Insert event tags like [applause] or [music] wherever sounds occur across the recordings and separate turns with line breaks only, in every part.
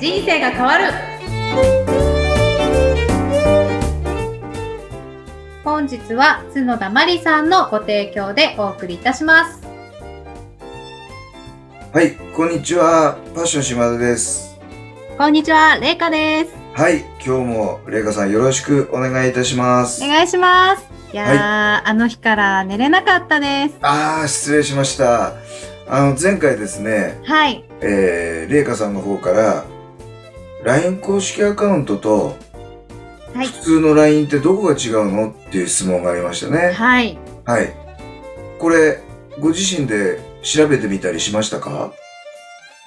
生が変わる本日は角田真理さんのご提供でお送りいたします
はい、こんにちは。パッション島田です。
こんにちはれいかです
はい、今日もレイカさんよろしくお願いいたします
お。願いしますいやー、あの日から寝れなかったです
ああ、失礼しました。あの、前回ですね、
はい
えー、レイカさんの方から、LINE 公式アカウントと、
はい
普通の LINE ってどこが違うのっていう質問がありましたね。
はい
はい。これ、ご自身で調べてみたりしましたか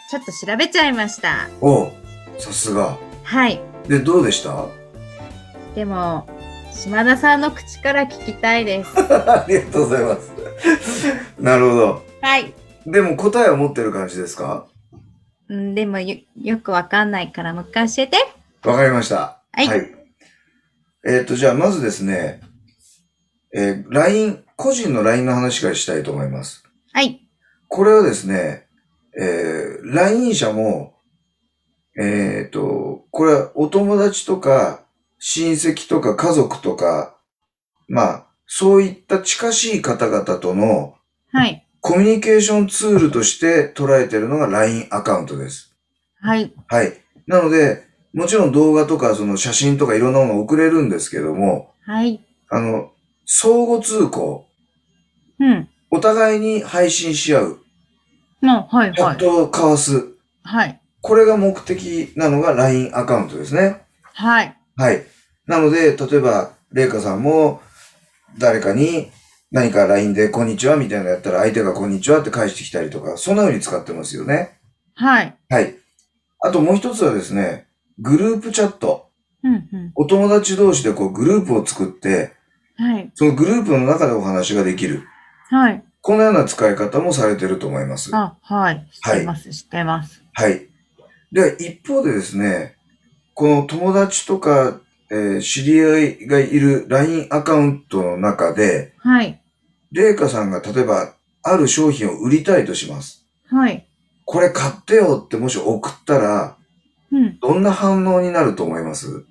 ちょっと調べちゃいました
おうさすが。
はい
で、どうでした [laughs]
でも島田さんの口から聞きたいです
ありがとうございます。 [laughs] なるほど。
はい
でも答えは持ってる感じですか
うんでもよよくわかんないからもう一回教えて
わかりました。
はい
えっ、と、じゃあまずですね、えー LINE、個人の LINE の話からしたいと思います。
はい
これはですね、えー、LINE 社も、えっ、と、これはお友達とか、親戚とか家族とか、まあ、そういった近しい方々との
はい
コミュニケーションツールとして捉えてるのが LINE アカウントです。
はい
はい。なので、もちろん動画とかその写真とかいろんなものを送れるんですけども、
はい
あの、相互通行、
うん
お互いに配信し合う、
もうはい
チャ
は
ッ
い
トを交わす、
はい
これが目的なのが LINE アカウントですね。
はい
はい。なので、例えば、レイカさんも誰かに何か LINE でこんにちはみたいなのやったら相手がこんにちはって返してきたりとか、そんな風に使ってますよね。
はい
はい。あともう一つはですね、グループチャット。
うんうん
お友達同士でこうグループを作って、
はい
そのグループの中でお話ができる。
はい
このような使い方もされてると思います。は
あはい知ってます、知ってます
い。で、一方でですね、この友達とか、えー知り合いがいる LINE アカウントの中で、
はい
レイカさんが例えば、ある商品を売りたいとします。
はい
これ買ってよってもし送ったら、
うん
どんな反応になると思います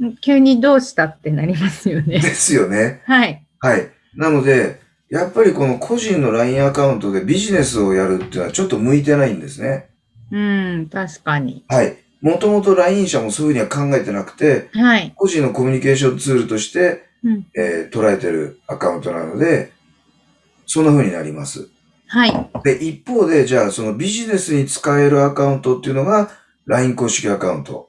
[laughs]
急にどうしたってなりますよね
で
[laughs]
すよね。
はい
はい。なので、やっぱりこの個人の LINE アカウントでビジネスをやるっていうのはちょっと向いてないんですね。
うん確かに
はい。もともと LINE 社もそういうふうには考えてなくて、
はい
個人のコミュニケーションツールとして、
うん
えー捉えてるアカウントなので、そんな風になります。
はい
で、一方で、じゃあそのビジネスに使えるアカウントっていうのが LINE 公式アカウント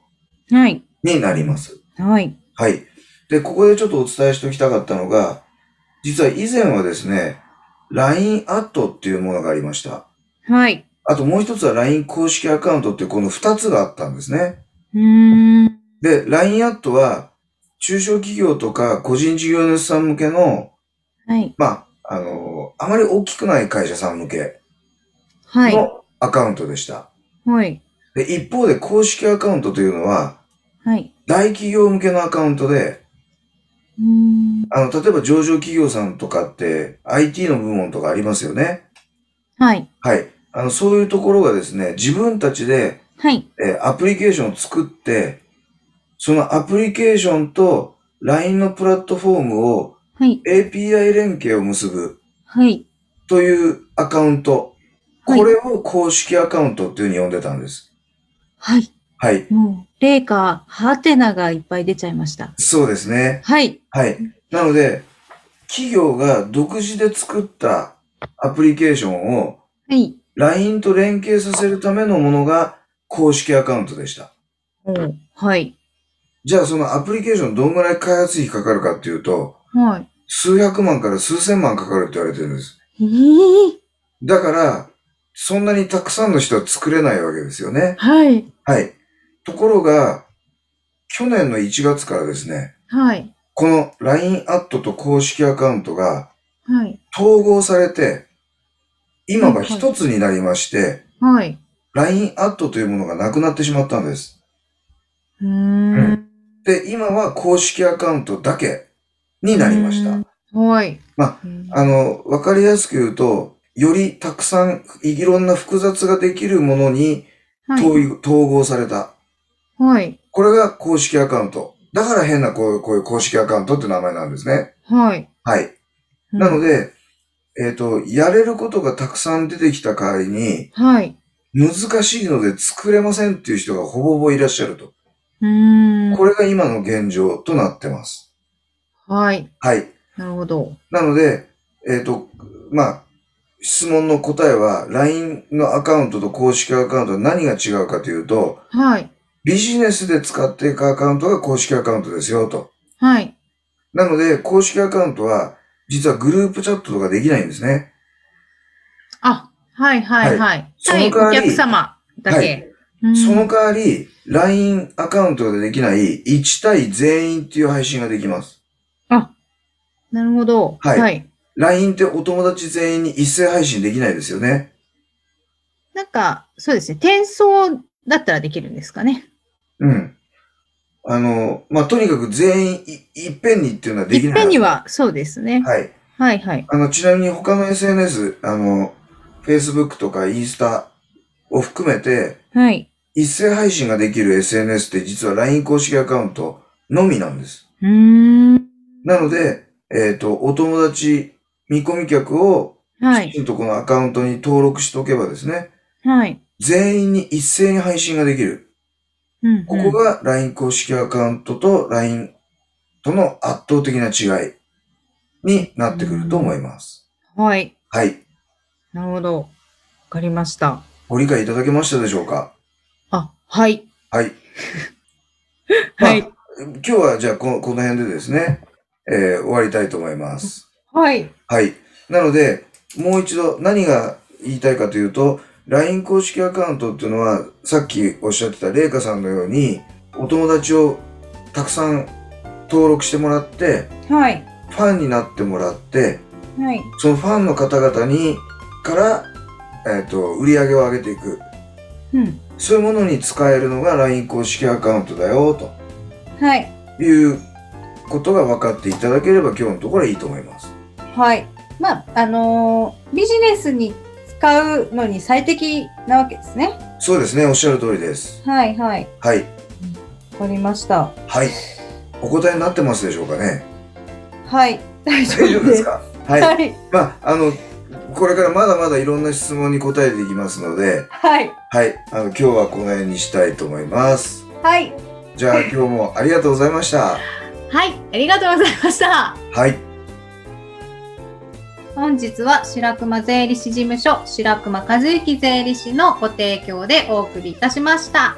はい
になります。
はい
はい。で、ここでちょっとお伝えしておきたかったのが、実は以前はですね、LINE アットっていうものがありました。
はい
あともう一つは LINE 公式アカウントっていうこの二つがあったんですね。
うーん
で、LINE アットは、中小企業とか個人事業主さん向けの、
はい
まあ、あの、あまり大きくない会社さん向け
はい
のアカウントでした。
はい
で、一方で公式アカウントというのは、
はい
大企業向けのアカウントで、
うーん
あの、例えば上場企業さんとかって、IT の部門とかありますよね。
はい
はい。あの、そういうところがですね、自分たちで、
はい
えーアプリケーションを作って、そのアプリケーションと LINE のプラットフォームを
はい
API 連携を結ぶ
はい
というアカウント。
はい
これを公式アカウントっていうふうに呼んでたんです。
はい
はい。
もうレイカハテナがいっぱい出ちゃいました
そうですね。
はい
はい。なので、企業が独自で作ったアプリケーションを LINE と連携させるためのものが公式アカウントでした。
おうはい
じゃあそのアプリケーションどんぐらい開発費かかるかっていうと、
はい
数百万から数千万かかるって言われてるんです。
えー、
だから、そんなにたくさんの人は作れないわけですよね。
はい
はい。ところが、去年の1月からですね、
はい
この LINE アットと公式アカウントが
はい
統合されて、今が一つになりまして、
はい
LINE アットというものがなくなってしまったんです。
うーん
で、今は公式アカウントだけになりまし
う
た
ん。はい
まあの、わかりやすく言うと、よりたくさんいろんな複雑ができるものに
はい
統,、統合された。
はい。
これが公式アカウント。だから変なこうこういう公式アカウントって名前なんですね。
はい。
はい。
うん
なので、えっ、と、やれることがたくさん出てきた代わりに、
はい。
難しいので作れませんっていう人がほぼほぼいらっしゃると。
うーん。
これが今の現状となってます。
はい。
はい。
なるほど。
なので、えっ、と、まあ、質問の答えは、LINE のアカウントと公式アカウントは何が違うかというと、
はい。
ビジネスで使っていくアカウントが公式アカウントですよ、と。
はい。
なので、公式アカウントは、実はグループチャットとかできないんですね。
あ、はいはいはい。
そ
はい、
の代わ
お
り
客様だけ。うん
その代わり、LINE アカウントでできない1対全員っていう配信ができます。
なるほど。
はい
はい。
LINE ってお友達全員に一斉配信できないですよね。
なんか、そうですね。転送だったらできるんですかね。
うん。あの、まあ、とにかく全員いいっぺんにっていうのはでき
い
ない。
っぺんには、そうですね。
はい。
はいはい。
あの、ちなみに他の SNS、あの、Facebook とかインスタを含めて、
はい。
一斉配信ができる SNS って実は LINE 公式アカウントのみなんです。
うーん。
なので、えっ、と、お友達、見込み客を、
は
き
い。
ちんとこのアカウントに登録しておけばですね、
はい。
全員に一斉に配信ができる。
うんうん
ここが LINE 公式アカウントと LINE との圧倒的な違いになってくると思います。
はい。
はい。
なるほど。わかりました。
ご理解いただけましたでしょうか
あ、はい。
はい。まあ
はい。
今日はじゃあこ、この辺でですね、えー終わりたいと思います。
はい。
はい。なので、もう一度何が言いたいかというと、LINE 公式アカウントっていうのは、さっきおっしゃってたレイカさんのように、お友達をたくさん登録してもらって、
はい。
ファンになってもらって、
はい。
そのファンの方々に、から、えっ、と、売り上げを上げていく。
うん。
そういうものに使えるのが LINE 公式アカウントだよ、と。
はい。
いうことが分かっていただければ今日のところはいいと思います。
はい。まあ、あのービジネスに使うのに最適なわけですね。
そうですね、おっしゃる通りです。
はいはい。
はい。
わかりました。
はい。お答えになってますでしょうかね。
はい。大丈
大丈
夫
夫
で。
ですすかはい。
はい。
まあ、あの、これからまだまだいろんな質問に答えていきますので、
はい。
はい。あの、今日はこの辺にしたいと思います。
はい。
じゃあ今日もありがとうございました。
はい、ありがとうございました。
はい。
本日は白熊税理士事務所白熊和幸税理士のご提供でお送りいたしました。